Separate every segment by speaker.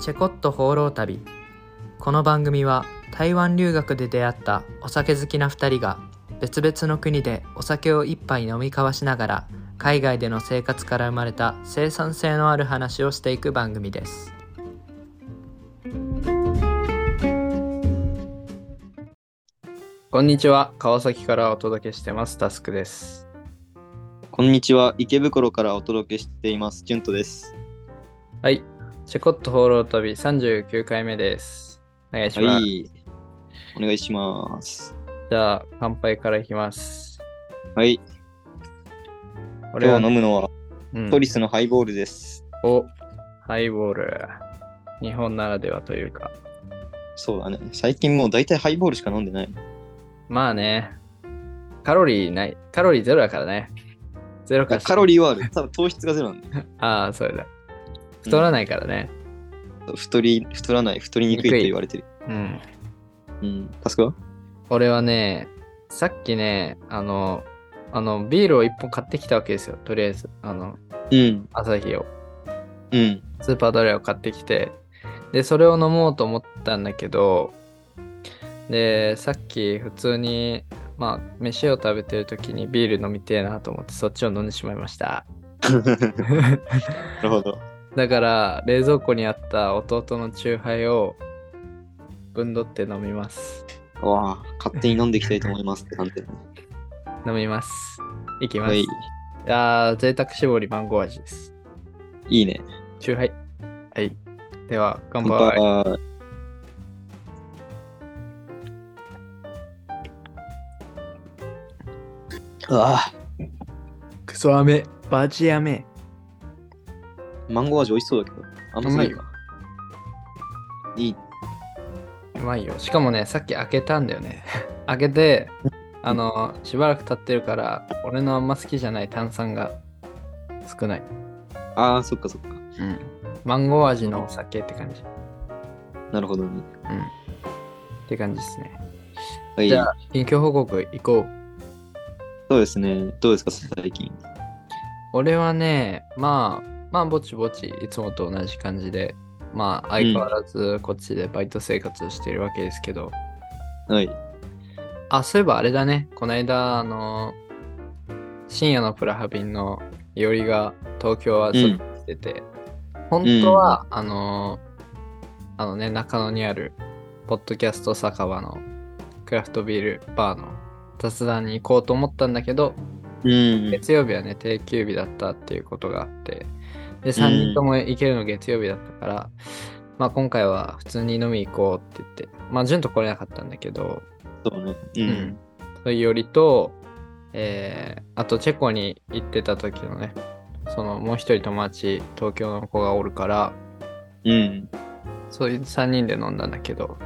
Speaker 1: チェコット放浪旅この番組は台湾留学で出会ったお酒好きな2人が別々の国でお酒を一杯飲み交わしながら海外での生活から生まれた生産性のある話をしていく番組ですこんにちは川崎からお届けしてますタスクです
Speaker 2: こんにちは池袋からお届けしていますジュントです
Speaker 1: はいチェコット放浪旅39回目ですお願いします、
Speaker 2: はいお願いします
Speaker 1: じゃあ乾杯からいきます
Speaker 2: はい
Speaker 1: 俺
Speaker 2: 今
Speaker 1: は
Speaker 2: 日飲むのは
Speaker 1: うん
Speaker 2: トリスのハイボールです、
Speaker 1: お、ハイボール。日本ならではというか。
Speaker 2: そうだね最近もう大体ハイボールしか飲んでない
Speaker 1: まあね、カロリーない。カロリーゼロだからね。ゼロか
Speaker 2: カロ
Speaker 1: リ
Speaker 2: リーはあるただ糖質がゼロなんだ
Speaker 1: ー。
Speaker 2: よ
Speaker 1: ああ、そうだ。太らないからね。
Speaker 2: 太り太らない太りにくいと言われてる
Speaker 1: うん。
Speaker 2: うんタスクは
Speaker 1: 俺はね、さっきね、あの、あの、ビールを一本買ってきたわけですよ。とりあえず、あの、
Speaker 2: うん
Speaker 1: 朝日を、
Speaker 2: うん
Speaker 1: スーパードライを買ってきて。で、それを飲もうと思ったんだけど、で、さっき普通に、まあ、飯を食べてる時にビール飲みてえなと思って、そっちを飲んでしまいました。
Speaker 2: なるほど
Speaker 1: だから冷蔵庫にあった弟のチューハイをぶんどって飲みます
Speaker 2: わあ勝手に飲んでいきたいと思いますって感じだね
Speaker 1: 飲みますいきます、
Speaker 2: はい
Speaker 1: い、やー贅沢絞りマンゴー味です
Speaker 2: いいね
Speaker 1: チューハイはいでは乾
Speaker 2: 乾
Speaker 1: 杯
Speaker 2: 杯ああ
Speaker 1: クソ飴バチ飴
Speaker 2: マンゴー味美味しそうだけど。甘すぎるか。いい。
Speaker 1: うまいよしかもねさっき開けたんだよね 開けてあのしばらく経ってるから俺のあんま好きじゃない炭酸が少ない、
Speaker 2: ああ、そっかそっか。
Speaker 1: うん、マンゴー味のお酒って感じうん
Speaker 2: なるほどね。
Speaker 1: って感じですね
Speaker 2: はい。
Speaker 1: じゃあ、近況報告行こう。
Speaker 2: そうですね。どうですか、最近。
Speaker 1: 俺はね、まあ、まあ、ぼちぼち、いつもと同じ感じで、まあ、相変わらず、こっちでバイト生活をしているわけですけど、
Speaker 2: はい。
Speaker 1: あ、そういえばあれだね、この間、あの、深夜のプラハ便のいおりが東京遊びに来てて、本当は、あの、あのね、中野にある、ポッドキャスト酒場のクラフトビールバーの雑談に行こうと思ったんだけど、
Speaker 2: うん。
Speaker 1: 月曜日はね定休日だったっていうことがあってで3人とも行けるの月曜日だったから、まあ今回は普通に飲み行こうって言ってまあ順と来れなかったんだけど
Speaker 2: そうね。う。
Speaker 1: うんそれよりと、えーあとチェコに行ってた時のねそのもう一人友達東京の子がおるから
Speaker 2: うん。
Speaker 1: そういう3人で飲んだんだけど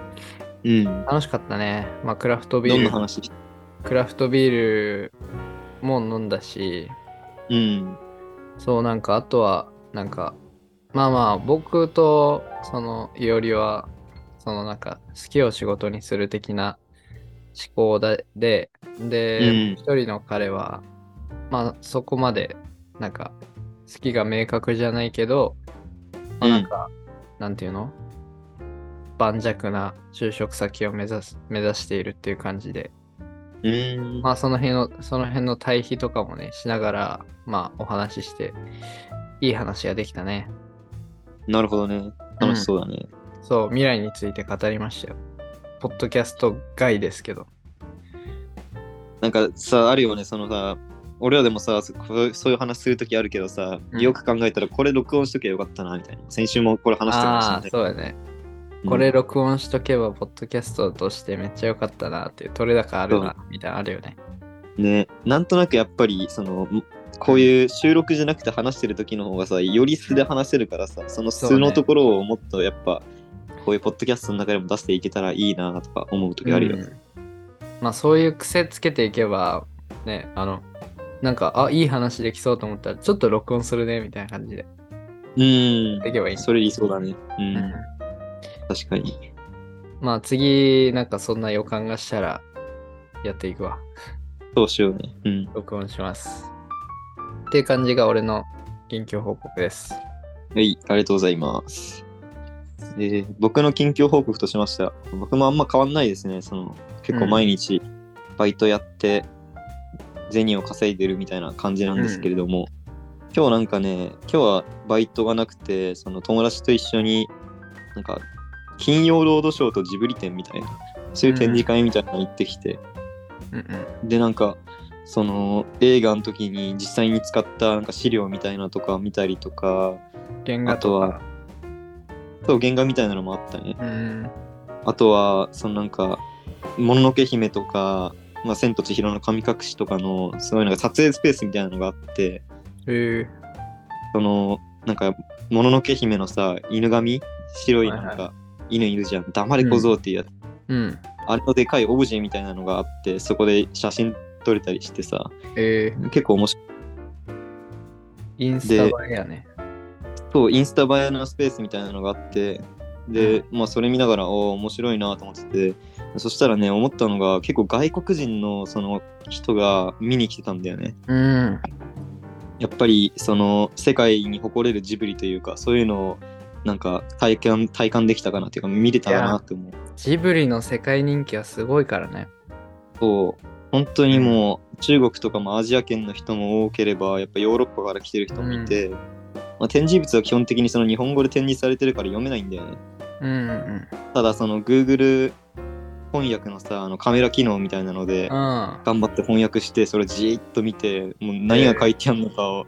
Speaker 2: うん。
Speaker 1: 楽しかったねまあクラフトビ
Speaker 2: どん
Speaker 1: ー
Speaker 2: な
Speaker 1: ル
Speaker 2: 話
Speaker 1: クラフトビールも飲んだし
Speaker 2: うん。
Speaker 1: そうなんかあとはなんかまあまあ僕とそのいおりはそのなんか好きを仕事にする的な思考だでで
Speaker 2: うん
Speaker 1: 一、人の彼はまあそこまでなんか好きが明確じゃないけど、まあ、なんか、なんていうの盤石な就職先を目指す目指しているっていう感じで
Speaker 2: うん。
Speaker 1: まあその辺の、その辺の対比とかもね、しながら、まあお話しして、いい話ができたね。
Speaker 2: なるほどね。楽しそうだね。
Speaker 1: そう、未来について語りましたよ。ポッドキャスト外ですけど。
Speaker 2: なんかさ、あるよね、そのさ、俺らでもさ、そそういう話するときあるけどさ、
Speaker 1: うん
Speaker 2: よく考えたらこれ録音しとけばよかったな、みたいな。先週もこれ話してました
Speaker 1: あ
Speaker 2: み
Speaker 1: あ
Speaker 2: た
Speaker 1: ー、
Speaker 2: いな
Speaker 1: そうだね。
Speaker 2: うん
Speaker 1: これ録音しとけば、ポッドキャストとしてめっちゃ良かったなっていう、取れ高あるな、みたいなのあるよね。
Speaker 2: ね、なんとなくやっぱりそのんこういう収録じゃなくて話してる時の方がさより素で話せるからさその
Speaker 1: そ
Speaker 2: 素
Speaker 1: うね
Speaker 2: のところをもっとやっぱこういうポッドキャストの中でも出していけたらいいなとか思う時あるよね、
Speaker 1: うんまあそういう癖つけていけば、ね、あの、なんか、あ、いい話できそうと思ったら、ちょっと録音するね、みたいな感じで。
Speaker 2: うん、
Speaker 1: できればいいね
Speaker 2: それ理想だねうん、
Speaker 1: うん
Speaker 2: 確かに
Speaker 1: まあ次、なんかそんな予感がしたらやっていくわ。
Speaker 2: そうしようねうん
Speaker 1: 録音します。っていう感じが俺の近況報告です。
Speaker 2: はいありがとうございますえー僕の近況報告としましては僕もあんま変わんないですねその結構毎日バイトやって銭を稼いでるみたいな感じなんですけれども、今日なんかね今日はバイトがなくてその友達と一緒になんか金曜ロードショーとジブリ展みたいなそういう展示会みたいなの行ってきて、
Speaker 1: うんうん
Speaker 2: でなんかその映画の時に実際に使ったなんか資料みたいなのとか見たりとか
Speaker 1: 原
Speaker 2: あ
Speaker 1: 画
Speaker 2: と
Speaker 1: と
Speaker 2: は
Speaker 1: か。
Speaker 2: そう原画みたいなのもあったね
Speaker 1: うん。
Speaker 2: あとはそのなんか「もののけ姫」とか「まあ、千と千尋の神隠し」とかのすごいなんか撮影スペースみたいなのがあって
Speaker 1: へえ。
Speaker 2: そのなんか「もののけ姫」のさ犬神白いなん
Speaker 1: はい
Speaker 2: か犬いるじゃん「黙れ小僧」っていうやつ、
Speaker 1: うん。
Speaker 2: あれのでかいオブジェみたいなのがあってそこで写真撮れたりしてさ
Speaker 1: ええ。
Speaker 2: 結構面白い
Speaker 1: インスタ映えやね。
Speaker 2: そうインスタ映えのスペースみたいなのがあってで、まあ、それ見ながらおー面白いなと思っててそしたらね思ったのが結構外国人のその人が見に来てたんだよね
Speaker 1: うん。
Speaker 2: やっぱりその世界に誇れるジブリというかそういうのをなんか体感体感できたかなっていうか見れたかなって思う
Speaker 1: ジブリの世界人気はすごいからね。
Speaker 2: そう本当にもう中国とかもアジア圏の人も多ければやっぱヨーロッパから来てる人もいて、まあ、展示物は基本的にその日本語で展示されてるから読めないんだよね
Speaker 1: うんうん
Speaker 2: ただその Google 翻訳のさあのカメラ機能みたいなので
Speaker 1: うん。うん。
Speaker 2: 頑張って翻訳してそれじーっと見てもう何が書いてあるのかを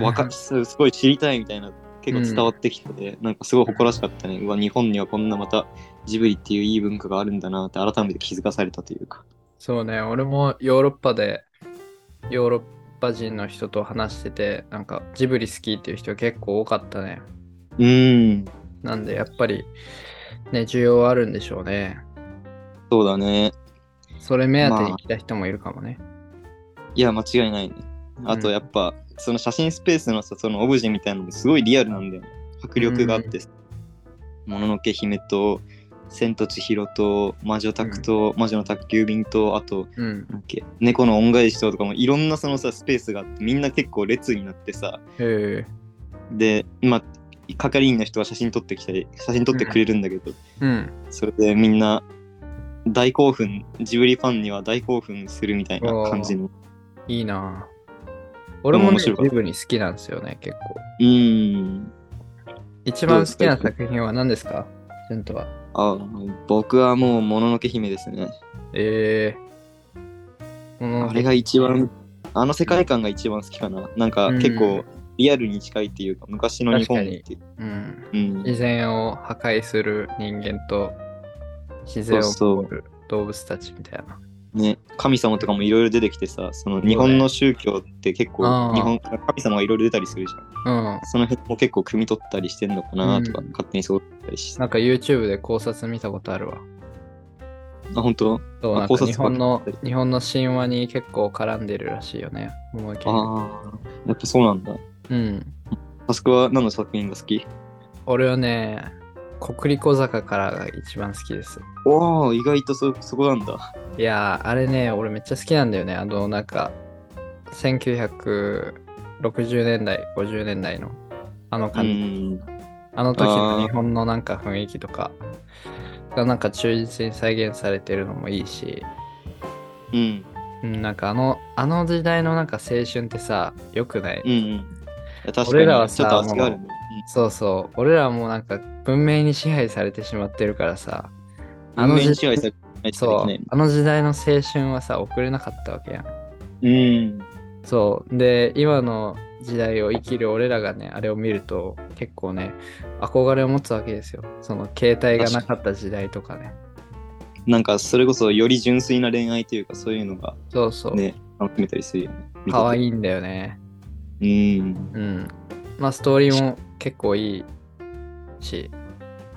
Speaker 2: わかすすごい知りたいみたいな結構伝わってきてて、なんかすごい誇らしかったねうわ日本にはこんなまたジブリっていういい文化があるんだなって改めて気づかされたというか
Speaker 1: そうね、俺もヨーロッパでヨーロッパ人の人と話してて、なんかジブリ好きっていう人結構多かったね。
Speaker 2: うーん
Speaker 1: なんでやっぱりね、需要はあるんでしょうね。
Speaker 2: そうだね
Speaker 1: それ目当てに来た人もいるかもね。
Speaker 2: いや間違いないねあとやっぱ、その写真スペースのさそのオブジェみたいなのもすごいリアルなんだよね迫力があってもののけ姫と千と千尋と魔女宅と、魔女の宅急便とあと
Speaker 1: うん。
Speaker 2: なんだっけ猫の恩返しととかもいろんなそのさスペースがあってみんな結構列になってさ
Speaker 1: へえ。
Speaker 2: でまあ係員の人は写真撮ってきたり写真撮ってくれるんだけど、
Speaker 1: うん。
Speaker 2: それでみんな大興奮ジブリファンには大興奮するみたいな感じの
Speaker 1: いいなぁ俺もね、
Speaker 2: 面
Speaker 1: ジ
Speaker 2: 白かった
Speaker 1: ブリ好きなんですよね、結構。
Speaker 2: うーん
Speaker 1: 一番好きな作品は何ですかジュンとは。
Speaker 2: あ僕はもうもののけ姫ですね。
Speaker 1: ええー。
Speaker 2: あれが一番、あの世界観が一番好きかな。なんか
Speaker 1: うん
Speaker 2: 結構リアルに近いっていうか、昔の日本っていう。
Speaker 1: うん。
Speaker 2: うん、
Speaker 1: 自然を破壊する人間と自然を
Speaker 2: そう
Speaker 1: 守る動物たちみたいな。
Speaker 2: ね、神様とかもいろいろ出てきてさ、その日本の宗教って結
Speaker 1: あ
Speaker 2: 構
Speaker 1: ー
Speaker 2: 日本から神様がいろいろ出たりするじゃん。
Speaker 1: うん。
Speaker 2: その辺も結構汲み取ったりしてんのかなとか、
Speaker 1: うん
Speaker 2: 勝手にそう思ったりして。
Speaker 1: なんか YouTube で考察見たことあるわ。
Speaker 2: あ、本当
Speaker 1: そう
Speaker 2: あ
Speaker 1: なん
Speaker 2: 考
Speaker 1: か
Speaker 2: 察
Speaker 1: 日本の
Speaker 2: とか
Speaker 1: 日本の神話に結構絡んでるらしいよね。もう結構
Speaker 2: ああ、やっぱそうなんだ。
Speaker 1: うん。
Speaker 2: タスクは何の作品が好き
Speaker 1: 俺はね、国立小坂からが一番好きです。
Speaker 2: おお、意外とそそこなんだ。
Speaker 1: いやー、あれね、俺めっちゃ好きなんだよね。あの、なんか、1960年代、50年代の、あの
Speaker 2: う
Speaker 1: 感じ。
Speaker 2: ん。
Speaker 1: あの時
Speaker 2: あ
Speaker 1: の
Speaker 2: ー
Speaker 1: 日本のなんか雰囲気とかがなんか忠実に再現されてるのもいいし、
Speaker 2: うん。
Speaker 1: うん、なんかあの、あの時代のなんか青春ってさ、よくない、
Speaker 2: うんうんいや。確か
Speaker 1: 俺らは
Speaker 2: に、
Speaker 1: さ
Speaker 2: ちょっと味があるね。
Speaker 1: そうそう、俺らもなんか文明に支配されてしまってるからさ、
Speaker 2: あ
Speaker 1: あ
Speaker 2: の
Speaker 1: の
Speaker 2: 時
Speaker 1: 時
Speaker 2: 代されない
Speaker 1: そ
Speaker 2: と
Speaker 1: う
Speaker 2: でき、
Speaker 1: あの時代の青春はさ、送れなかったわけやん。
Speaker 2: ないうん。
Speaker 1: そう。で、今の時代を生きる俺らがね、あれを見ると結構ね、憧れを持つわけですよ。その携帯がなかった時代とかね。
Speaker 2: なんか、それこそより純粋な恋愛というか、そういうのが
Speaker 1: そうそう。
Speaker 2: ね、楽しめたりするよね。
Speaker 1: 可愛
Speaker 2: い。
Speaker 1: いんだよね。
Speaker 2: うん。
Speaker 1: うん。まあ、ストーリーも結構いいし、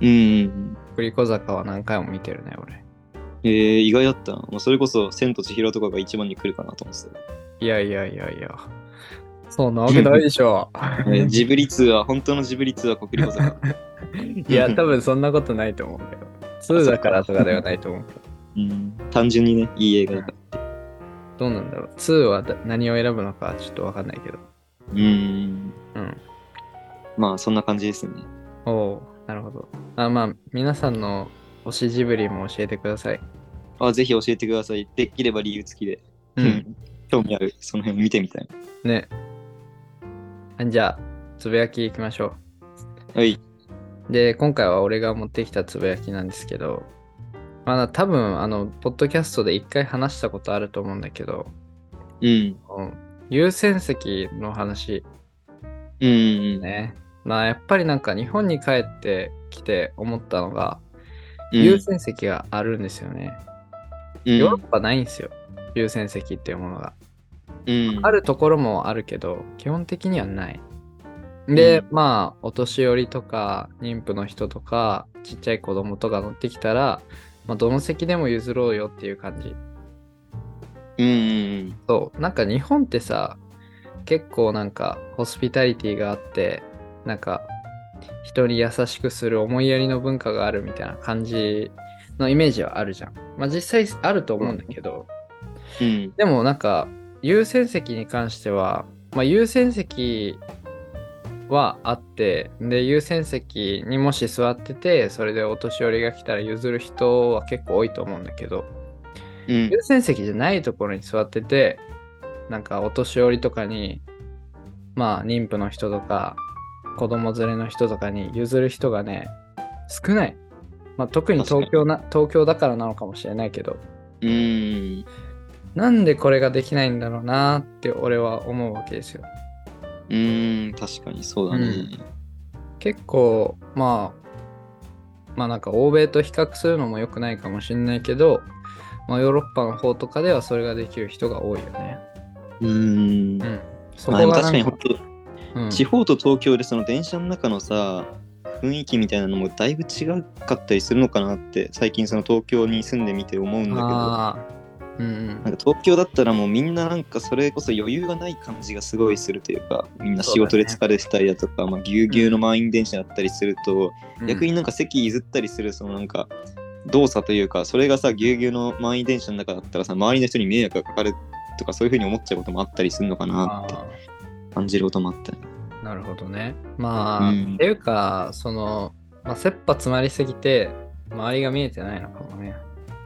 Speaker 2: うん。
Speaker 1: 振り子坂は何回も見てるね、俺。
Speaker 2: えー、意外だったな。もうそれこそ、千と千尋とかが一番に来るかなと思ってた
Speaker 1: いやいやいやいや。そんなわけないでしょ。
Speaker 2: よ。えージブリツアー、本当のジブリツアー、国立小坂。
Speaker 1: い や、多分そんなことないと思うけど。2だからとかではないと思うけど。
Speaker 2: うん。単純にね、いい映画だから。
Speaker 1: どうなんだろう。2はだ何を選ぶのかちょっとわかんないけど。
Speaker 2: うん。
Speaker 1: うん。
Speaker 2: まあ、そんな感じですね。
Speaker 1: おうなるほど。あまあ、皆さんの推しジブリも教えてください。
Speaker 2: あぜひ教えてください。できれば理由付きで。
Speaker 1: うん。
Speaker 2: 興味ある。その辺見てみたい。
Speaker 1: ね。あじゃあ、つぶやきいきましょ
Speaker 2: はい。
Speaker 1: う。で、今回は俺が持ってきたつぶやきなんですけど、まあ、多分、あの、ポッドキャストで一回話したことあると思うんだけど、
Speaker 2: うん。
Speaker 1: うん優先席の話
Speaker 2: うんうん。
Speaker 1: ね。まあ、やっぱりなんか日本に帰ってきて思ったのが、
Speaker 2: うん
Speaker 1: 優先席があるんですよね。
Speaker 2: うん
Speaker 1: ヨーロッパないんですよ。優先席っていうものが。
Speaker 2: うん。
Speaker 1: あるところもあるけど、基本的にはない。で、
Speaker 2: うん
Speaker 1: まあ、お年寄りとか、妊婦の人とか、ちっちゃい子供とか乗ってきたら、まあ、どの席でも譲ろうよっていう感じ。
Speaker 2: うんうん
Speaker 1: そう、なんか日本ってさ、結構なんか、ホスピタリティがあって、なんか、人に優しくする思いやりの文化があるみたいな感じのイメージはあるじゃん。まあ、実際あると思うんだけど、
Speaker 2: うん。うん。
Speaker 1: でもなんか優先席に関しては、まあ、優先席はあってで優先席にもし座っててそれでお年寄りが来たら譲る人は結構多いと思うんだけど
Speaker 2: うん
Speaker 1: 優先席じゃないところに座っててなんかお年寄りとかにまあ妊婦の人とか子供連れの人とかに譲る人がね少ない、まあ、特に東京な東京だからなのかもしれないけど
Speaker 2: うん。
Speaker 1: なんでこれができないんだろうなって俺は思うわけですよ。
Speaker 2: うん。確かにそうだね。
Speaker 1: 結構まあまあなんか欧米と比較するのも良くないかもしれないけど、まあ、ヨーロッパの方とかではそれができる人が多いよね。
Speaker 2: うん
Speaker 1: う。ん。そ
Speaker 2: まあでも
Speaker 1: なん
Speaker 2: 確かに本当
Speaker 1: うん
Speaker 2: 地方と東京でその電車の中のさ雰囲気みたいなのもだいぶ違かったりするのかなって最近その東京に住んでみて思うんだけどな
Speaker 1: ああうんうん
Speaker 2: んか東京だったらもうみんななんかそれこそ余裕がない感じがすごいするというかみんな仕事で疲れてたりだとかまあぎゅうぎゅうの満員電車だったりすると、
Speaker 1: うん
Speaker 2: 逆になんか席譲ったりするそのなんか動作というかそれがさぎゅうぎゅうの満員電車の中だったらさ周りの人に迷惑がかかるとかそういうふうに思っちゃうこともあったりするのかなって
Speaker 1: あ
Speaker 2: 感じることもあったり。
Speaker 1: あなるほどね。まあ、
Speaker 2: うん
Speaker 1: っていうかその、まあ、切羽詰まりすぎて周りが見えてないのかもね。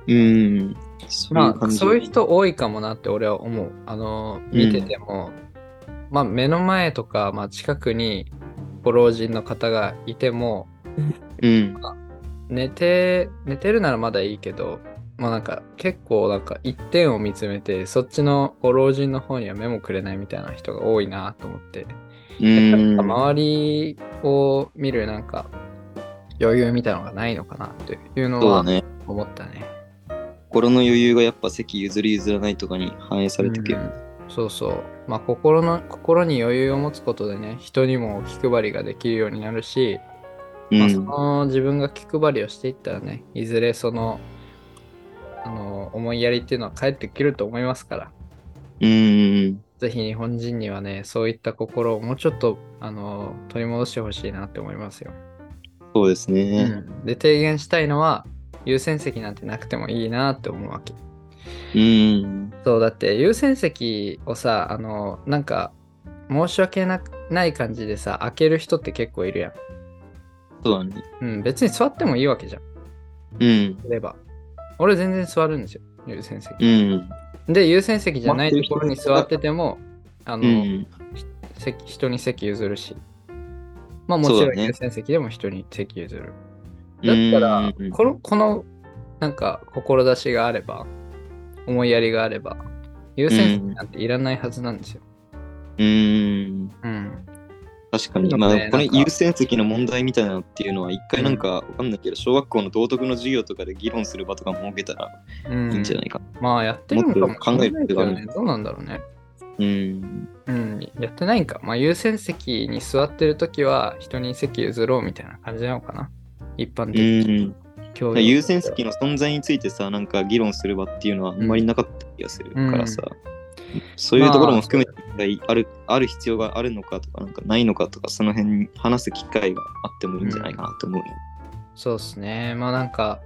Speaker 2: うん。そういう
Speaker 1: まあ、
Speaker 2: 感じ。
Speaker 1: そういう人多いかもなって俺は思う。あの、
Speaker 2: うん
Speaker 1: 見てても、まあ、目の前とか、まあ、近くにご老人の方がいても、
Speaker 2: うん。
Speaker 1: 寝て、寝てるならまだいいけど、まあなんか結構なんか一点を見つめて、そっちのご老人の方には目もくれないみたいな人が多いなと思って、
Speaker 2: う
Speaker 1: なん
Speaker 2: ん。
Speaker 1: か周りを見るなんか余裕みたいのがないのかなっていうの
Speaker 2: そうだ
Speaker 1: は
Speaker 2: ね。
Speaker 1: 思ったね。
Speaker 2: 心の余裕がやっぱ席譲り譲らないとかに反映されてくる。
Speaker 1: うんそうそうまあ心の心に余裕を持つことでね人にも気配りができるようになるし、
Speaker 2: うん。
Speaker 1: まあ、その自分が気配りをしていったらねいずれそのあの思いやりっていうのは返ってくると思いますから
Speaker 2: うん。
Speaker 1: ぜひ日本人にはねそういった心をもうちょっとあの取り戻してほしいなって思いますよ、
Speaker 2: そうですね。
Speaker 1: うんで提言したいのは優先席なんてなくてもいいなって思うわけ
Speaker 2: うん。
Speaker 1: そうだって優先席をさあのなんか申し訳なない感じでさ開ける人って結構いるやん、
Speaker 2: そうだね。
Speaker 1: うん、別に座ってもいいわけじゃん
Speaker 2: うん。
Speaker 1: 例えば俺全然座るんですよ優先席
Speaker 2: うん。
Speaker 1: で優先席じゃないところに座っててもあ
Speaker 2: う
Speaker 1: の、
Speaker 2: ん。
Speaker 1: 席人に席譲るしまあもち
Speaker 2: そう
Speaker 1: ろ
Speaker 2: だ
Speaker 1: ん
Speaker 2: ね
Speaker 1: 優先席でも人に席譲るだったら
Speaker 2: うん
Speaker 1: このこのなんか志があれば思いやりがあれば優先席なんていらないはずなんですよ、
Speaker 2: うん。
Speaker 1: うん、
Speaker 2: 確かに。
Speaker 1: なん
Speaker 2: ま
Speaker 1: か
Speaker 2: あ、
Speaker 1: ね
Speaker 2: これ
Speaker 1: なんか
Speaker 2: 優先席の問題みたいなのっていうのは、一回なんかわかんないけど、小学校の道徳の授業とかで議論する場とか設けたら
Speaker 1: うん
Speaker 2: いいんじゃないか。
Speaker 1: まあやってるのかもしれないけど
Speaker 2: もっと考える必要があ
Speaker 1: ね。どうなんだろうね。
Speaker 2: うん。
Speaker 1: うん、やってないんか。まあ優先席に座ってるときは人に席譲ろうみたいな感じなのかな。一般的
Speaker 2: うん
Speaker 1: に。。教養
Speaker 2: 優先席の存在についてさなんか議論する場っていうのはあんまりなかった気がするからさ、そういうところも含めてあるある必要があるのかとかなんかないのかとかその辺に話す機会があってもいいんじゃないかなと思うよ、
Speaker 1: そうですね。まあなんか、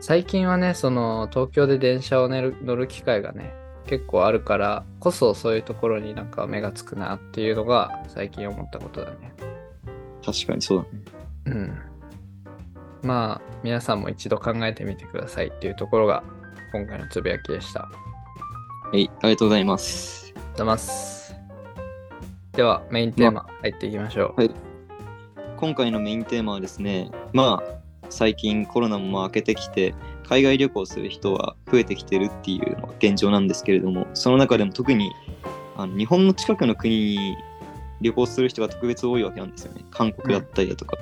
Speaker 1: 最近はね、その東京で電車をねる乗る機会がね、結構あるからこそそういうところになんか目がつくなっていうのが最近思ったことだね。
Speaker 2: 確かにそうだね
Speaker 1: うん。まあ皆さんも一度考えてみてくださいっていうところが今回のつぶやきでした。
Speaker 2: はい、ありがとうございます。
Speaker 1: ありがとうございます。ではメインテーマ入っていきましょう。
Speaker 2: 今回のメインテーマはですね、まあ、最近コロナもまあ明けてきて、海外旅行する人は増えてきてるっていうのが現状なんですけれども、その中でも特にあの日本の近くの国に旅行する人が特別多いわけなんですよね。韓国だったりだとか、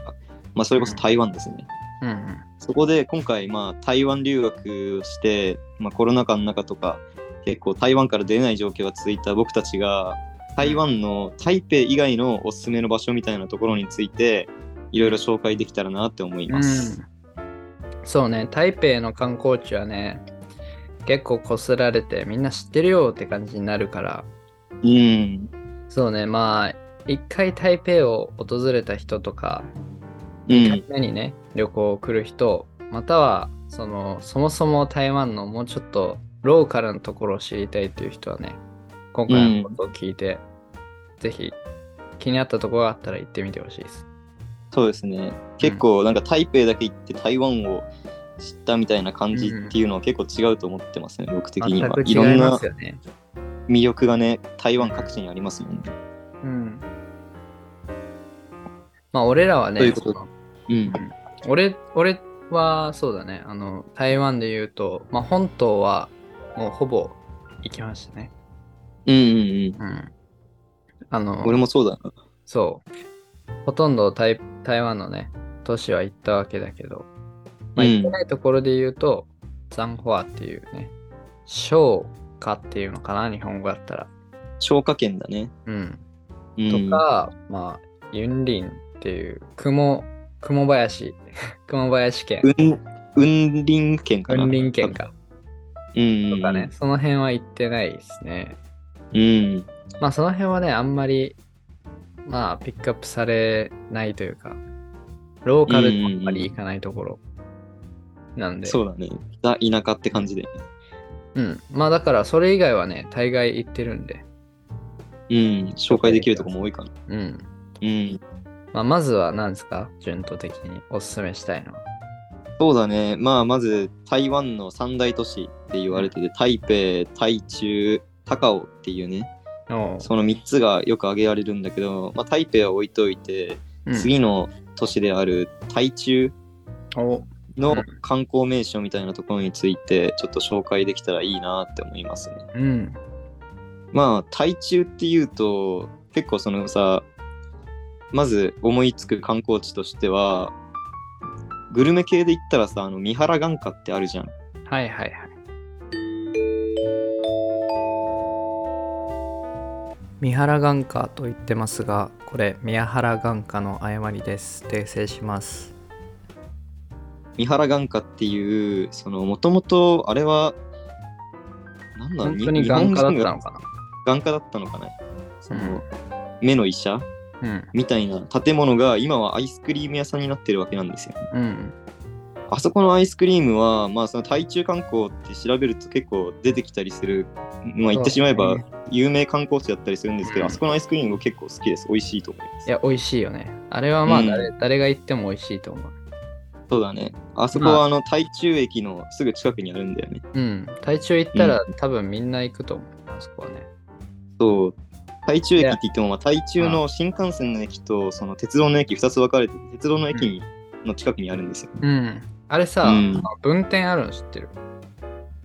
Speaker 2: まあ、それこそ台湾ですね。
Speaker 1: うんうん
Speaker 2: そこで今回、まあ、台湾留学をして、まあ、コロナ禍の中とか、結構台湾から出れない状況が続いた僕たちが、台湾の台北以外のおすすめの場所みたいなところについて、いろいろ紹介できたらなって思います。
Speaker 1: うん、そうね台北の観光地はね結構こすられてみんな知ってるよって感じになるから
Speaker 2: うん。
Speaker 1: そうねまあ一回台北を訪れた人とか
Speaker 2: うん。
Speaker 1: 目にね旅行来る人またはそのそもそも台湾のもうちょっとローカルなところを知りたいっていう人はね今回のことを聞いて、ぜひ気になったところがあったら行ってみてほしいです。
Speaker 2: そうですね。結構、なんか台北だけ行って台湾を知ったみたいな感じっていうのは結構違うと思ってますね、僕的に
Speaker 1: 全
Speaker 2: は
Speaker 1: く。
Speaker 2: いろ
Speaker 1: 違
Speaker 2: ん
Speaker 1: いま
Speaker 2: な
Speaker 1: すよね。
Speaker 2: 魅力がね、台湾各地にありますもんね。
Speaker 1: うん。まあ俺らはね、
Speaker 2: ということ
Speaker 1: その
Speaker 2: うん。
Speaker 1: 俺俺はそうだねあの台湾で言うと、まあ、本島はもうほぼ行きましたね
Speaker 2: うんうん
Speaker 1: うんあ
Speaker 2: う
Speaker 1: の
Speaker 2: ん。俺もそうだな。
Speaker 1: そうほとんど台台湾のね都市は行ったわけだけど、まあ、
Speaker 2: うん
Speaker 1: 行ってないところで言うと、サンホアっていうね小華っていうのかな日本語だったら
Speaker 2: 消化圏だね。
Speaker 1: うん
Speaker 2: うん
Speaker 1: とか、まあユンリンっていう雲雲林 雲林県
Speaker 2: うん、雲林県かな。
Speaker 1: 雲林県か
Speaker 2: うん。
Speaker 1: とかね、。その辺は行ってないですね。
Speaker 2: うん。
Speaker 1: まあその辺はね、あんまり、まあピックアップされないというか、ローカルでもあんまり行かないところなんで、
Speaker 2: そうだね。ザ田舎って感じで。
Speaker 1: うん。まあだからそれ以外はね、大概行ってるんで、
Speaker 2: うん。紹介できるとこも多いかな。
Speaker 1: うん。
Speaker 2: うん。
Speaker 1: まあまずは何ですか順当的におすすめしたいのは。
Speaker 2: そうだね。まあ、まず、台湾の三大都市って言われてて、台北、台中、高雄っていうね、
Speaker 1: おう
Speaker 2: その3つがよく挙げられるんだけど、まあ、台北は置いといて、
Speaker 1: うん
Speaker 2: 次の都市である台中
Speaker 1: おう
Speaker 2: の
Speaker 1: ん
Speaker 2: 観光名所みたいなところについて、ちょっと紹介できたらいいなって思いますね。
Speaker 1: うん。
Speaker 2: まあ台中っていうと結構そのさまず思いつく観光地としてはグルメ系で言ったらさあの三原眼科ってあるじゃん
Speaker 1: はいはいはい。三原眼科と言ってますが、これ宮原眼科の誤りです。訂正します。
Speaker 2: 三原眼科っていうそのもともとあれはなんだ
Speaker 1: 本当に眼科だったのか
Speaker 2: 眼科だったのかなその、
Speaker 1: うん
Speaker 2: 目の医者
Speaker 1: な。うん
Speaker 2: みたいな建物が今はアイスクリーム屋さんになってるわけなんですよ
Speaker 1: うん
Speaker 2: あそこのアイスクリームは、まあ、その台中観光って調べると結構出てきたりする、まあ、言ってしまえば
Speaker 1: そうね
Speaker 2: 有名観光地だったりするんですけど、
Speaker 1: うん
Speaker 2: あそこのアイスクリーム結構好きです。美味しいと思います。
Speaker 1: いや美味しいよね。あれはまあ
Speaker 2: うん
Speaker 1: 誰,、誰が行っても美味しいと思う。
Speaker 2: そうだね。あそこ
Speaker 1: まあ
Speaker 2: はあの台中駅のすぐ近くにあるんだよね。
Speaker 1: うん。体調行ったら、多分みんな行くと思う。あそこはね。
Speaker 2: そう。台中駅
Speaker 1: い
Speaker 2: っ
Speaker 1: や
Speaker 2: て言っても、まあ、台中の新幹線の駅とその鉄道の駅2つ分かれてて、鉄道の駅にの近くにあるんですよ。
Speaker 1: うん。あれさ、
Speaker 2: うん
Speaker 1: あの分店あるの知ってる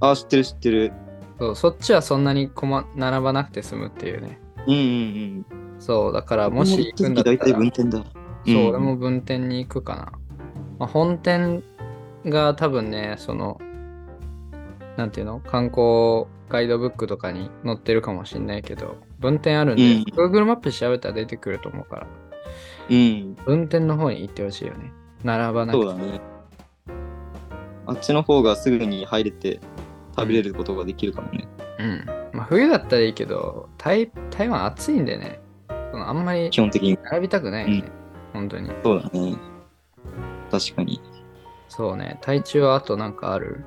Speaker 2: ああ、知ってる知ってる。
Speaker 1: そうそっちはそんなにこま並ばなくて済むっていうね。
Speaker 2: うんうん
Speaker 1: そう、だから
Speaker 2: うん。
Speaker 1: もし行くんだった
Speaker 2: 大体
Speaker 1: ら。
Speaker 2: 分店だ。
Speaker 1: そう、
Speaker 2: うん
Speaker 1: 俺も分店に行くかな。まあ、本店が多分ね、その、なんていうの観光ガイドブックとかに載ってるかもしんないけど、分店あるんで、
Speaker 2: うん
Speaker 1: Google マップで調べたら出てくると思うから、
Speaker 2: うん。
Speaker 1: 分店の方に行ってほしいよね。並ばな
Speaker 2: そ
Speaker 1: く
Speaker 2: うだね。あっちの方がすぐに入れて食べれることができるかもね。
Speaker 1: うん。まあ、冬だったらいいけど、台台湾暑いんでね、そのあんまり
Speaker 2: 基本的に。
Speaker 1: 並びたくないよね。本当に。
Speaker 2: そうだね。確かに。
Speaker 1: そうね。体中はあとなんかある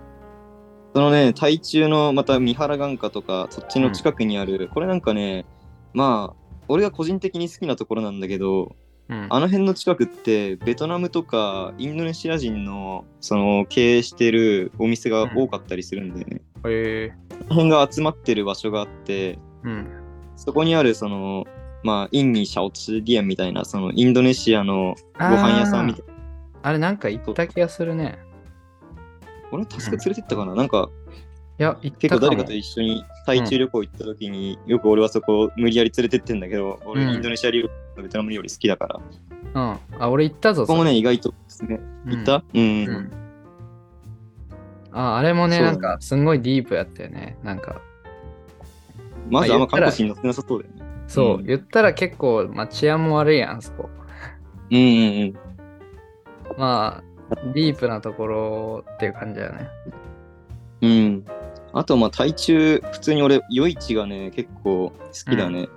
Speaker 2: そのね、台中のまた三原眼科とか、そっちの近くにある、これなんかね、まあ、俺が個人的に好きなところなんだけど、
Speaker 1: うん
Speaker 2: あの辺の近くってベトナムとかインドネシア人のその経営してるお店が多かったりするんでね、
Speaker 1: へえ
Speaker 2: この辺が集まってる場所があって
Speaker 1: うん
Speaker 2: そこにあるそのまあインニシャオチディアンみたいなそのインドネシアのご飯屋さんみたいな
Speaker 1: あれなんか行った気がするね
Speaker 2: 俺確か連れてったかな、なんか
Speaker 1: いや行った
Speaker 2: 結構
Speaker 1: かも
Speaker 2: 誰かと一緒に対中旅行行った時に、よく俺はそこを無理やり連れてってんだけど俺
Speaker 1: うん
Speaker 2: インドネシア料理とベトナム料理好きだから、
Speaker 1: うんあ俺行ったぞ
Speaker 2: ここもね意外とですね
Speaker 1: うん
Speaker 2: 行ったう
Speaker 1: う
Speaker 2: ん、
Speaker 1: んああれもね
Speaker 2: そうだ
Speaker 1: な
Speaker 2: ね
Speaker 1: んかすんごいディープやったよねなんか
Speaker 2: まずあんま
Speaker 1: まあ言った
Speaker 2: 観
Speaker 1: ら
Speaker 2: 光地に乗ってなさそうだよね
Speaker 1: そう、
Speaker 2: うん
Speaker 1: 言ったら結構、まあ、治安も悪いやんそこ
Speaker 2: うんうんうん
Speaker 1: まあディープなところっていう感じだよね
Speaker 2: うん。あと、まあ、対中、普通に俺、夜市がね、結構好きだね。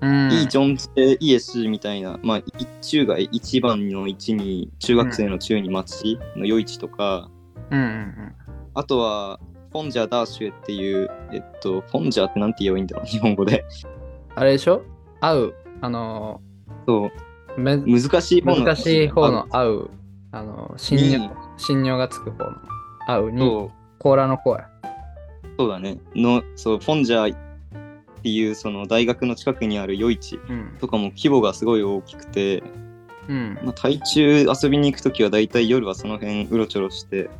Speaker 1: うん
Speaker 2: いいジョンチェ、イエスみたいな、まあ、一中街、一番の一に、中学生の中に町の夜市とか、
Speaker 1: うんうん
Speaker 2: あとは、フォンジャーダーシュエっていう、えっと、フォンジャーってなんて言えばいいんだろう、日 本語で。
Speaker 1: うんあれでしょ合うあの
Speaker 2: そう、
Speaker 1: め
Speaker 2: 難しい方の。
Speaker 1: 難しい方の合うあの信
Speaker 2: に
Speaker 1: 尿、信尿がつく方の合うに
Speaker 2: そう、
Speaker 1: 甲羅の甲や
Speaker 2: そうだね。の、そう、フォンジャーっていう、その、大学の近くにある夜市
Speaker 1: うん
Speaker 2: とかも規模がすごい大きくて、
Speaker 1: うん
Speaker 2: まあ、台中遊びに行くときは大体夜はその辺うろちょろして、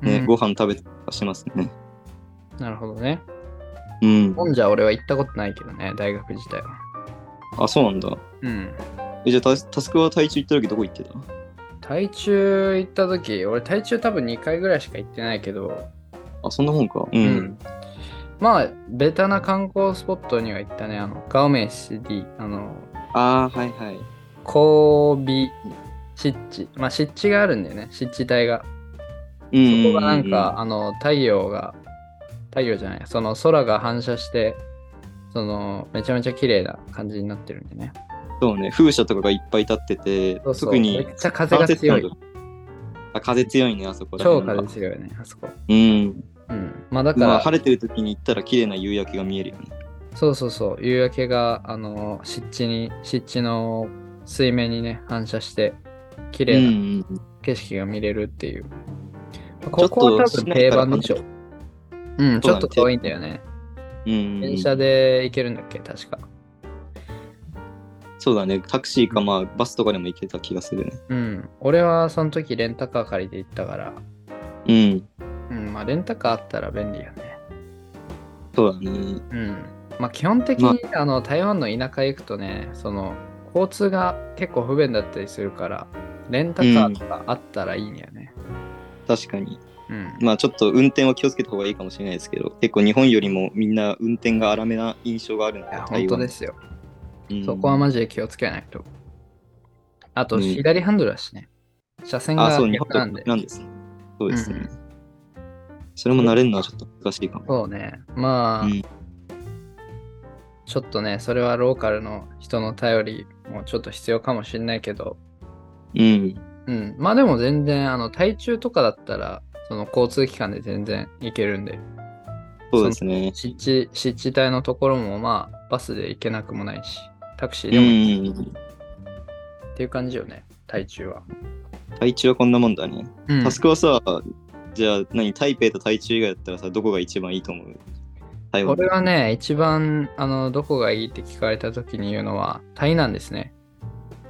Speaker 2: ね
Speaker 1: うん
Speaker 2: ご飯食べたりとかしますね。
Speaker 1: なるほどね
Speaker 2: うん。
Speaker 1: ほんじゃ俺は行ったことないけどね大学自体は
Speaker 2: あ、そうなんだ。
Speaker 1: うん
Speaker 2: えじゃあタス、タスクは台中行ったときどこ行ってた
Speaker 1: 台中行った時俺台中多分2回ぐらいしか行ってないけど
Speaker 2: あ、そんなもんか。うん。
Speaker 1: うんまあベタな観光スポットには行ったねあのガオメシディあの
Speaker 2: ああ、はいはい。
Speaker 1: 神戸湿地まあ湿地があるんだよね湿地帯が
Speaker 2: うん。
Speaker 1: そこがなんか、、あの太陽が太陽じゃないその空が反射してそのめちゃめちゃ綺麗な感じになってるんでね
Speaker 2: そうね、風車とかがいっぱい立ってて、
Speaker 1: そうそう
Speaker 2: 特
Speaker 1: め
Speaker 2: に
Speaker 1: っちゃ風が強い
Speaker 2: 間接感があ、風強いね、あそこら
Speaker 1: 超
Speaker 2: 辺は
Speaker 1: 風強いよねあそこ
Speaker 2: うん。
Speaker 1: うんまあだから、
Speaker 2: まあ、晴れてるときに行ったら綺麗な夕焼けが見えるよね。
Speaker 1: そうそうそう夕焼けがあの湿地に湿地の水面にね反射して綺
Speaker 2: うん
Speaker 1: 麗な
Speaker 2: うんうん。
Speaker 1: 景色が見れるっていう、まあ
Speaker 2: ちょ
Speaker 1: こ
Speaker 2: っと
Speaker 1: こは多分定番でしょ
Speaker 2: 市
Speaker 1: うんち
Speaker 2: そう
Speaker 1: ょ
Speaker 2: だ
Speaker 1: っ
Speaker 2: ね
Speaker 1: と遠いんだよね
Speaker 2: うんうん
Speaker 1: 電車で行けるんだっけ確か
Speaker 2: そうだね、タクシーか、まあ、バスとかでも行けた気がするね。
Speaker 1: うん俺はその時レンタカー借りて行ったから
Speaker 2: うん。
Speaker 1: うんまあレンタカーあったら便利よね
Speaker 2: そうだね。
Speaker 1: うんまあ基本的に、あの台湾の田舎行くとねその交通が結構不便だったりするからレンタカーとかあったらいいんやね、
Speaker 2: 確かに。
Speaker 1: うん、
Speaker 2: まあちょっと運転は気をつけた方がいいかもしれないですけど、結構日本よりもみんな運転が荒めな印象があるの
Speaker 1: い
Speaker 2: で
Speaker 1: や、本当ですよ。
Speaker 2: 台湾うん
Speaker 1: そこはマジで気をつけないと。あと、
Speaker 2: うん
Speaker 1: 左ハンドルだしね。車線
Speaker 2: あ、
Speaker 1: が
Speaker 2: そう、日
Speaker 1: 逆
Speaker 2: 本と
Speaker 1: な
Speaker 2: なん
Speaker 1: んで。
Speaker 2: ですね。そうですね。
Speaker 1: うん
Speaker 2: それも慣れるのはちょっと難しいかも。
Speaker 1: そうね。まあ、
Speaker 2: うん
Speaker 1: ちょっとね、それはローカルの人の頼りもちょっと必要かもしれないけど、
Speaker 2: うん。
Speaker 1: うん。まあでも全然、あの、台中とかだったら、その交通機関で全然行けるんで、
Speaker 2: そうですね。
Speaker 1: 湿地、湿地帯のところもまあ、バスで行けなくもないし、タクシー
Speaker 2: う
Speaker 1: でも行
Speaker 2: ん。
Speaker 1: けるっていう感じよね、台中は。
Speaker 2: 台中はこんなもんだね。
Speaker 1: うん
Speaker 2: タスクはさ、じゃあ何、台北と台中以外だったらさ、どこが一番いいと思う台湾
Speaker 1: これはね、一番あのどこがいいって聞かれた時に言うのは、台南ですね。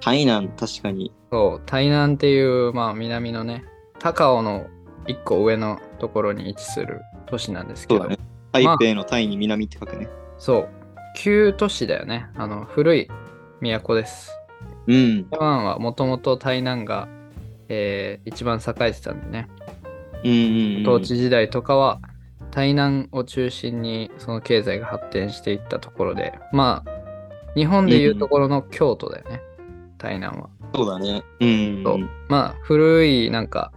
Speaker 2: 台南、確かに。
Speaker 1: そう、台南っていう、まあ、南のね、高尾の一個上のところに位置する都市なんですけ
Speaker 2: そう
Speaker 1: ど、
Speaker 2: だね。台北の台に南って書くね。
Speaker 1: そう旧都市だよね。あの古い都です。
Speaker 2: うん。
Speaker 1: 台湾はもともと台南が、えー一番栄えてたんでね、
Speaker 2: うんうん、うん。
Speaker 1: 統治時代とかは、台南を中心にその経済が発展していったところで、まあ、日本でいうところの京都だよね、台南は。
Speaker 2: そうだね。うん。
Speaker 1: そうまあ古いなんか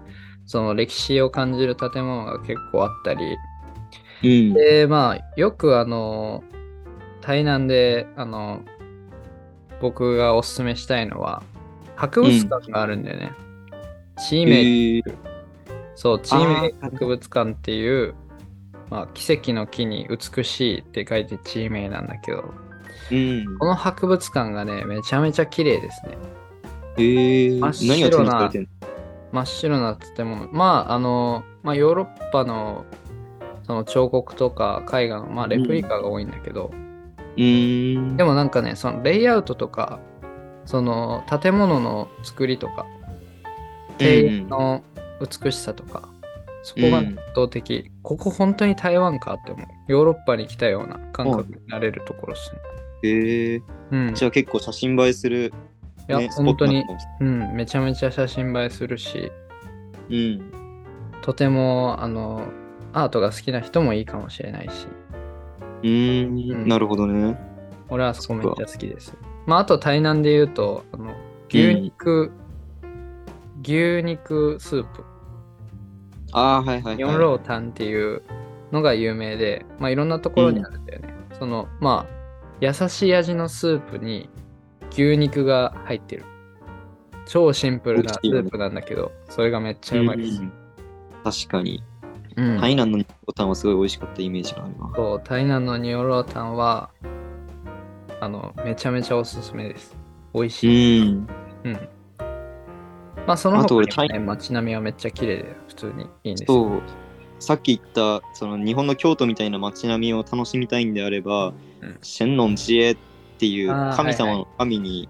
Speaker 1: その歴史を感じる建物が結構あったり
Speaker 2: うん。
Speaker 1: でまあよくあの台南であの僕がおすすめしたいのは博物館があるんだよね、チーメイ、
Speaker 2: えー
Speaker 1: そうチーメイ
Speaker 2: あー
Speaker 1: 博物館っていうまあ、奇跡の木に美しいって書いてチーメイなんだけど
Speaker 2: うん
Speaker 1: この博物館がねめちゃめちゃ綺麗ですね
Speaker 2: ええ
Speaker 1: 真っ白な
Speaker 2: 何が展示されてんの
Speaker 1: 真っ白な建物まああの、まあ、ヨーロッパのその彫刻とか絵画の、まあ、レプリカが多いんだけど、
Speaker 2: うーん。
Speaker 1: でもなんかねそのレイアウトとかその建物の作りとか庭園の美しさとか、そこが
Speaker 2: うん
Speaker 1: 圧倒的、ここ本当に台湾かって思うヨーロッパに来たような感覚になれるところですね、
Speaker 2: ええ
Speaker 1: うん、
Speaker 2: じゃあ結構写真映えする、
Speaker 1: いや
Speaker 2: ね、スポッ
Speaker 1: 本
Speaker 2: ト
Speaker 1: 当に
Speaker 2: なのかもし
Speaker 1: うん、めちゃめちゃ写真映えするし
Speaker 2: れないうん。
Speaker 1: とてもあのアートが好きな人もいいかもしれないし
Speaker 2: うー。
Speaker 1: うんん
Speaker 2: なるほどね。
Speaker 1: 俺はそこめっちゃ好きです。まあ、あと台南で言うと、あの牛肉、牛肉スープ、
Speaker 2: ああ、はいはい、はい。
Speaker 1: 四郎タンっていうのが有名で、まあ、いろんなところにあるんだよね。その、まあ、優しい味のスープに牛肉が入ってる。超シンプルなスープなんだけど、それがめっちゃうまいです。
Speaker 2: うん確かに。
Speaker 1: うん
Speaker 2: 台南の肉ボタンはすごい美味しかったイメージがあるな。
Speaker 1: そう台南のニョロタンは、あの、めちゃめちゃおすすめです。美味しい。
Speaker 2: うん。
Speaker 1: うん。まあ、その
Speaker 2: あと
Speaker 1: 他
Speaker 2: 俺
Speaker 1: にもね、街並みはめっちゃ綺麗で、普通にいいんですよ。
Speaker 2: そう。さっき言ったその日本の京都みたいな街並みを楽しみたいんであれば、
Speaker 1: うん
Speaker 2: シェンノン知恵っていう
Speaker 1: あー
Speaker 2: 神様
Speaker 1: はい
Speaker 2: の神に、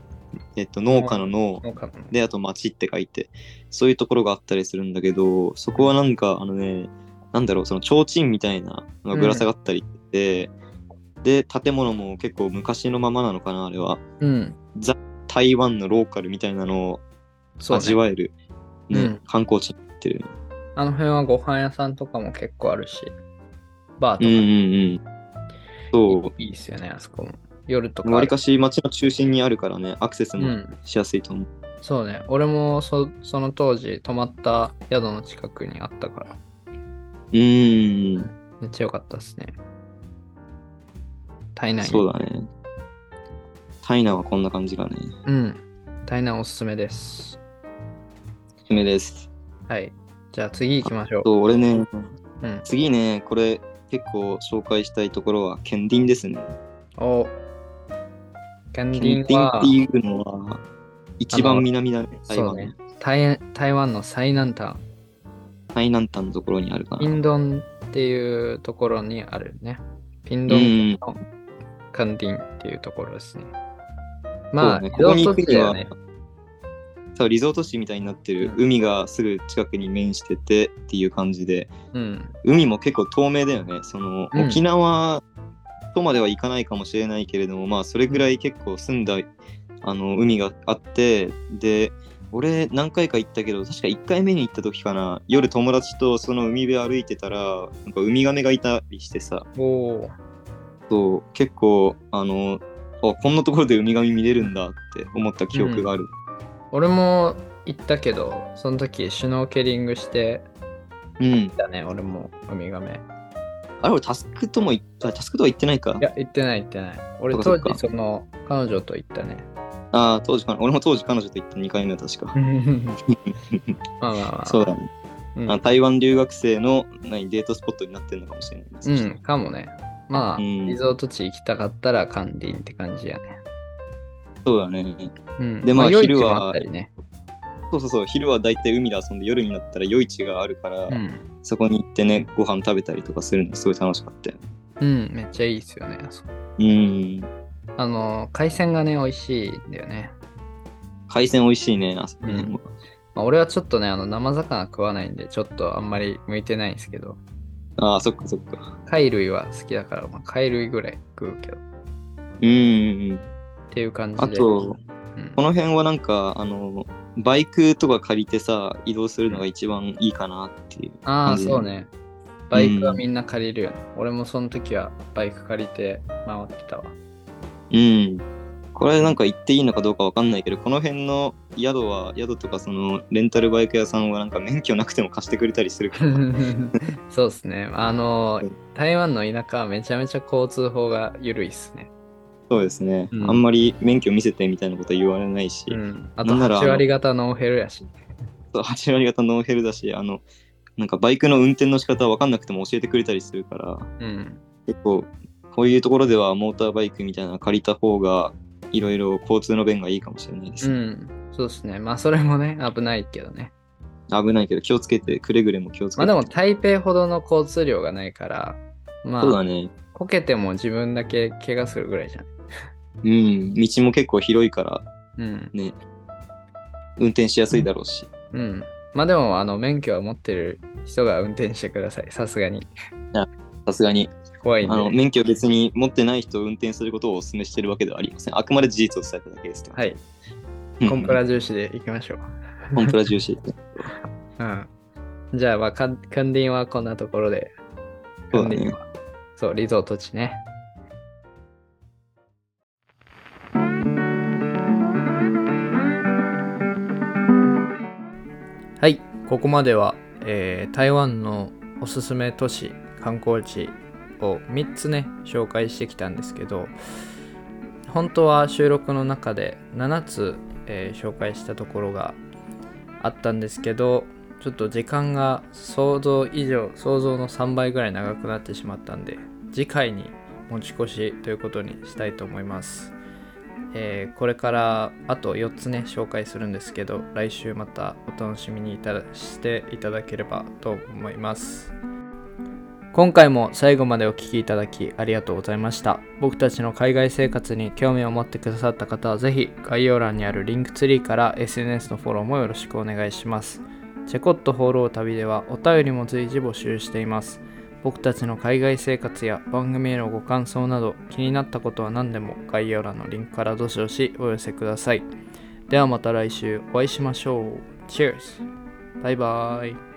Speaker 2: えっと、農家の農、
Speaker 1: そうかもね
Speaker 2: であと町って書いてそういうところがあったりするんだけどそこはなんかあのねなんだろうその提灯みたいなのがぶら下がったりで、で建物も結構昔のままなのかなあれは
Speaker 1: うん。
Speaker 2: 台湾のローカルみたいなのを
Speaker 1: そう、
Speaker 2: 味
Speaker 1: ね。
Speaker 2: わえる、ね
Speaker 1: うん
Speaker 2: 観光地になってる
Speaker 1: あの辺はご飯屋さんとかも結構あるし、バーとか
Speaker 2: うんうん
Speaker 1: い
Speaker 2: うんそう
Speaker 1: いですよね、あそこも。夜とか。
Speaker 2: わりかし町の中心にあるからねアクセス
Speaker 1: う
Speaker 2: も
Speaker 1: ん。
Speaker 2: しやすいと思う、
Speaker 1: そうね。俺もそその当時泊まった宿の近くにあったから、
Speaker 2: うん、ん
Speaker 1: めっちゃ良かったですね。台南
Speaker 2: そうだねタイナはこんな感じがね
Speaker 1: うん。台南おすすめです。
Speaker 2: おすすめです
Speaker 1: はい。じゃあ次行きましょ
Speaker 2: そう俺ね
Speaker 1: う。うん。
Speaker 2: 次ね、これ結構紹介したいところは、ケンディンですね。
Speaker 1: おキャンデ
Speaker 2: ケン
Speaker 1: ィ
Speaker 2: デ
Speaker 1: ンは
Speaker 2: ィンっていうのは、一番南だね、台
Speaker 1: そう
Speaker 2: 湾。
Speaker 1: ね台台湾の最南端
Speaker 2: 台南端のところにあるか
Speaker 1: ピ
Speaker 2: な。
Speaker 1: ンドンっていうところにあるねピン
Speaker 2: う
Speaker 1: ドン
Speaker 2: ん、
Speaker 1: カンディンっていうところですね、まあ
Speaker 2: そうね
Speaker 1: リ
Speaker 2: こ
Speaker 1: ゾ
Speaker 2: こに
Speaker 1: ー
Speaker 2: 行
Speaker 1: ト
Speaker 2: く
Speaker 1: 地
Speaker 2: に
Speaker 1: だよ
Speaker 2: は
Speaker 1: ね、
Speaker 2: そうリゾート地みたいになってる、
Speaker 1: うん
Speaker 2: 海がすぐ近くに面しててっていう感じで、
Speaker 1: うん
Speaker 2: 海も結構透明だよね。その、
Speaker 1: うん
Speaker 2: 沖縄とまではいかないかもしれないけれども、まあ、それぐらい結構澄んだ、あの、海があって、で、俺何回か行ったけど確か1回目に行った時かな夜友達とその海辺歩いてたらなんかウミガメがいたりしてさ
Speaker 1: おお
Speaker 2: そう結構あのあこんなところでウミガメ見れるんだって思った記憶がある、
Speaker 1: 俺も行ったけどその時シュノーケリングして
Speaker 2: うん
Speaker 1: だね俺もウミガメ
Speaker 2: あれ俺タスクとも行ったタスクとは行ってないか
Speaker 1: いや行ってない行ってない俺
Speaker 2: そっ
Speaker 1: 当
Speaker 2: かそっか
Speaker 1: 時その彼女と行った ね
Speaker 2: ああ当時かな俺も当時彼女と行った2回目は確か
Speaker 1: まあまあまあ
Speaker 2: そうだね、
Speaker 1: うん
Speaker 2: あ台湾留学生の何デートスポットになってるのかもしれないです、
Speaker 1: うん、かもね。まあ、
Speaker 2: うん
Speaker 1: リゾート地行きたかったら関林って感じやね。
Speaker 2: そうだね
Speaker 1: うん、
Speaker 2: でまあ
Speaker 1: 夜市
Speaker 2: 昼は
Speaker 1: もあったりね。
Speaker 2: そうそうそう昼は大体海で遊んで夜になったら夜市があるから、
Speaker 1: うん、
Speaker 2: そこに行ってねご飯食べたりとかするのすごい楽しかったよね
Speaker 1: うん、めっちゃいいですよね。あそこ
Speaker 2: うん
Speaker 1: あの、海鮮がね、美味しいんだよね。
Speaker 2: 海鮮美味しいねあそこね、
Speaker 1: うんまあ、俺はちょっとね、あの生魚食わないんで、ちょっとあんまり向いてないんですけど、
Speaker 2: ああそっかそっか
Speaker 1: 貝類は好きだから、まあ、貝類ぐらい食うけど、っ
Speaker 2: うんうんうん
Speaker 1: ていう感じで。
Speaker 2: あと
Speaker 1: うん
Speaker 2: この辺はなんかあのバイクとか借りてさ移動するのが一番いいかなっていう
Speaker 1: ああ、
Speaker 2: 感じで
Speaker 1: そうね。バイクはみんな借りるよね。俺もその時はバイク借りて回って たわ。
Speaker 2: うん。これなんか行っていいのかどうかわかんないけど、この辺の宿は、宿とかそのレンタルバイク屋さんはなんか免許なくても貸してくれたりするから。
Speaker 1: そうですね。あの
Speaker 2: うん、
Speaker 1: 台湾の田舎はめちゃめちゃ交通法が緩いっすね。
Speaker 2: そうですね。
Speaker 1: うん
Speaker 2: あんまり免許見せてみたいなことは言われないし、
Speaker 1: うん。あと
Speaker 2: なんなら
Speaker 1: 8割型ノンヘルやし。
Speaker 2: そう8割方ノーヘルだし、あの、なんかバイクの運転の仕方わかんなくても教えてくれたりするから、
Speaker 1: うん。
Speaker 2: 結構こういうところではモーターバイクみたいなの借りた方がいろいろ交通の便がいいかもしれないで
Speaker 1: う
Speaker 2: す。
Speaker 1: ん。そうですね。まあそれもね、危ないけどね。
Speaker 2: 危ないけど気をつけて、くれぐれも気をつけ
Speaker 1: ま
Speaker 2: て。
Speaker 1: あでも台北ほどの交通量がないから、ま
Speaker 2: そうだ
Speaker 1: あ、
Speaker 2: ね。
Speaker 1: こけても自分だけ怪我するぐらいじゃん。
Speaker 2: うん。道も結構広いから、
Speaker 1: うん。
Speaker 2: ね。運転しやすいだろうし。
Speaker 1: うん。まあでも、あの、免許は持ってる人が運転してください。さすがに。
Speaker 2: さすがに。
Speaker 1: 怖いんで。
Speaker 2: あの、
Speaker 1: は
Speaker 2: 免許別に持ってない人を運転することをお勧めしてるわけではありません。あくまで事実を伝えただけですと。
Speaker 1: い。
Speaker 2: うん
Speaker 1: コンプラ重視でいきましょう。
Speaker 2: コンプラ重視。
Speaker 1: うん。じゃあ、まあ、かん関連はこんなところで。
Speaker 2: そうだね
Speaker 1: 関連はそう、リゾート地ね。はい、ここまでは、えー台湾のおすすめ都市、観光地を3つね、紹介してきたんですけど、本当は収録の中で7つ、えー紹介したところがあったんですけどちょっと時間が想像以上想像の3倍ぐらい長くなってしまったんで次回に持ち越しということにしたいと思います、えーこれからあと4つね紹介するんですけど来週またお楽しみにいただしていただければと思います今回も最後までお聴きいただきありがとうございました僕たちの海外生活に興味を持ってくださった方はぜひ概要欄にあるリンクツリーから SNS のフォローもよろしくお願いしますチェコット放浪旅ではお便りも随時募集しています僕たちの海外生活や番組へのご感想など気になったことは何でも概要欄のリンクからどしどしお寄せくださいではまた来週お会いしましょう Cheers! バイバイ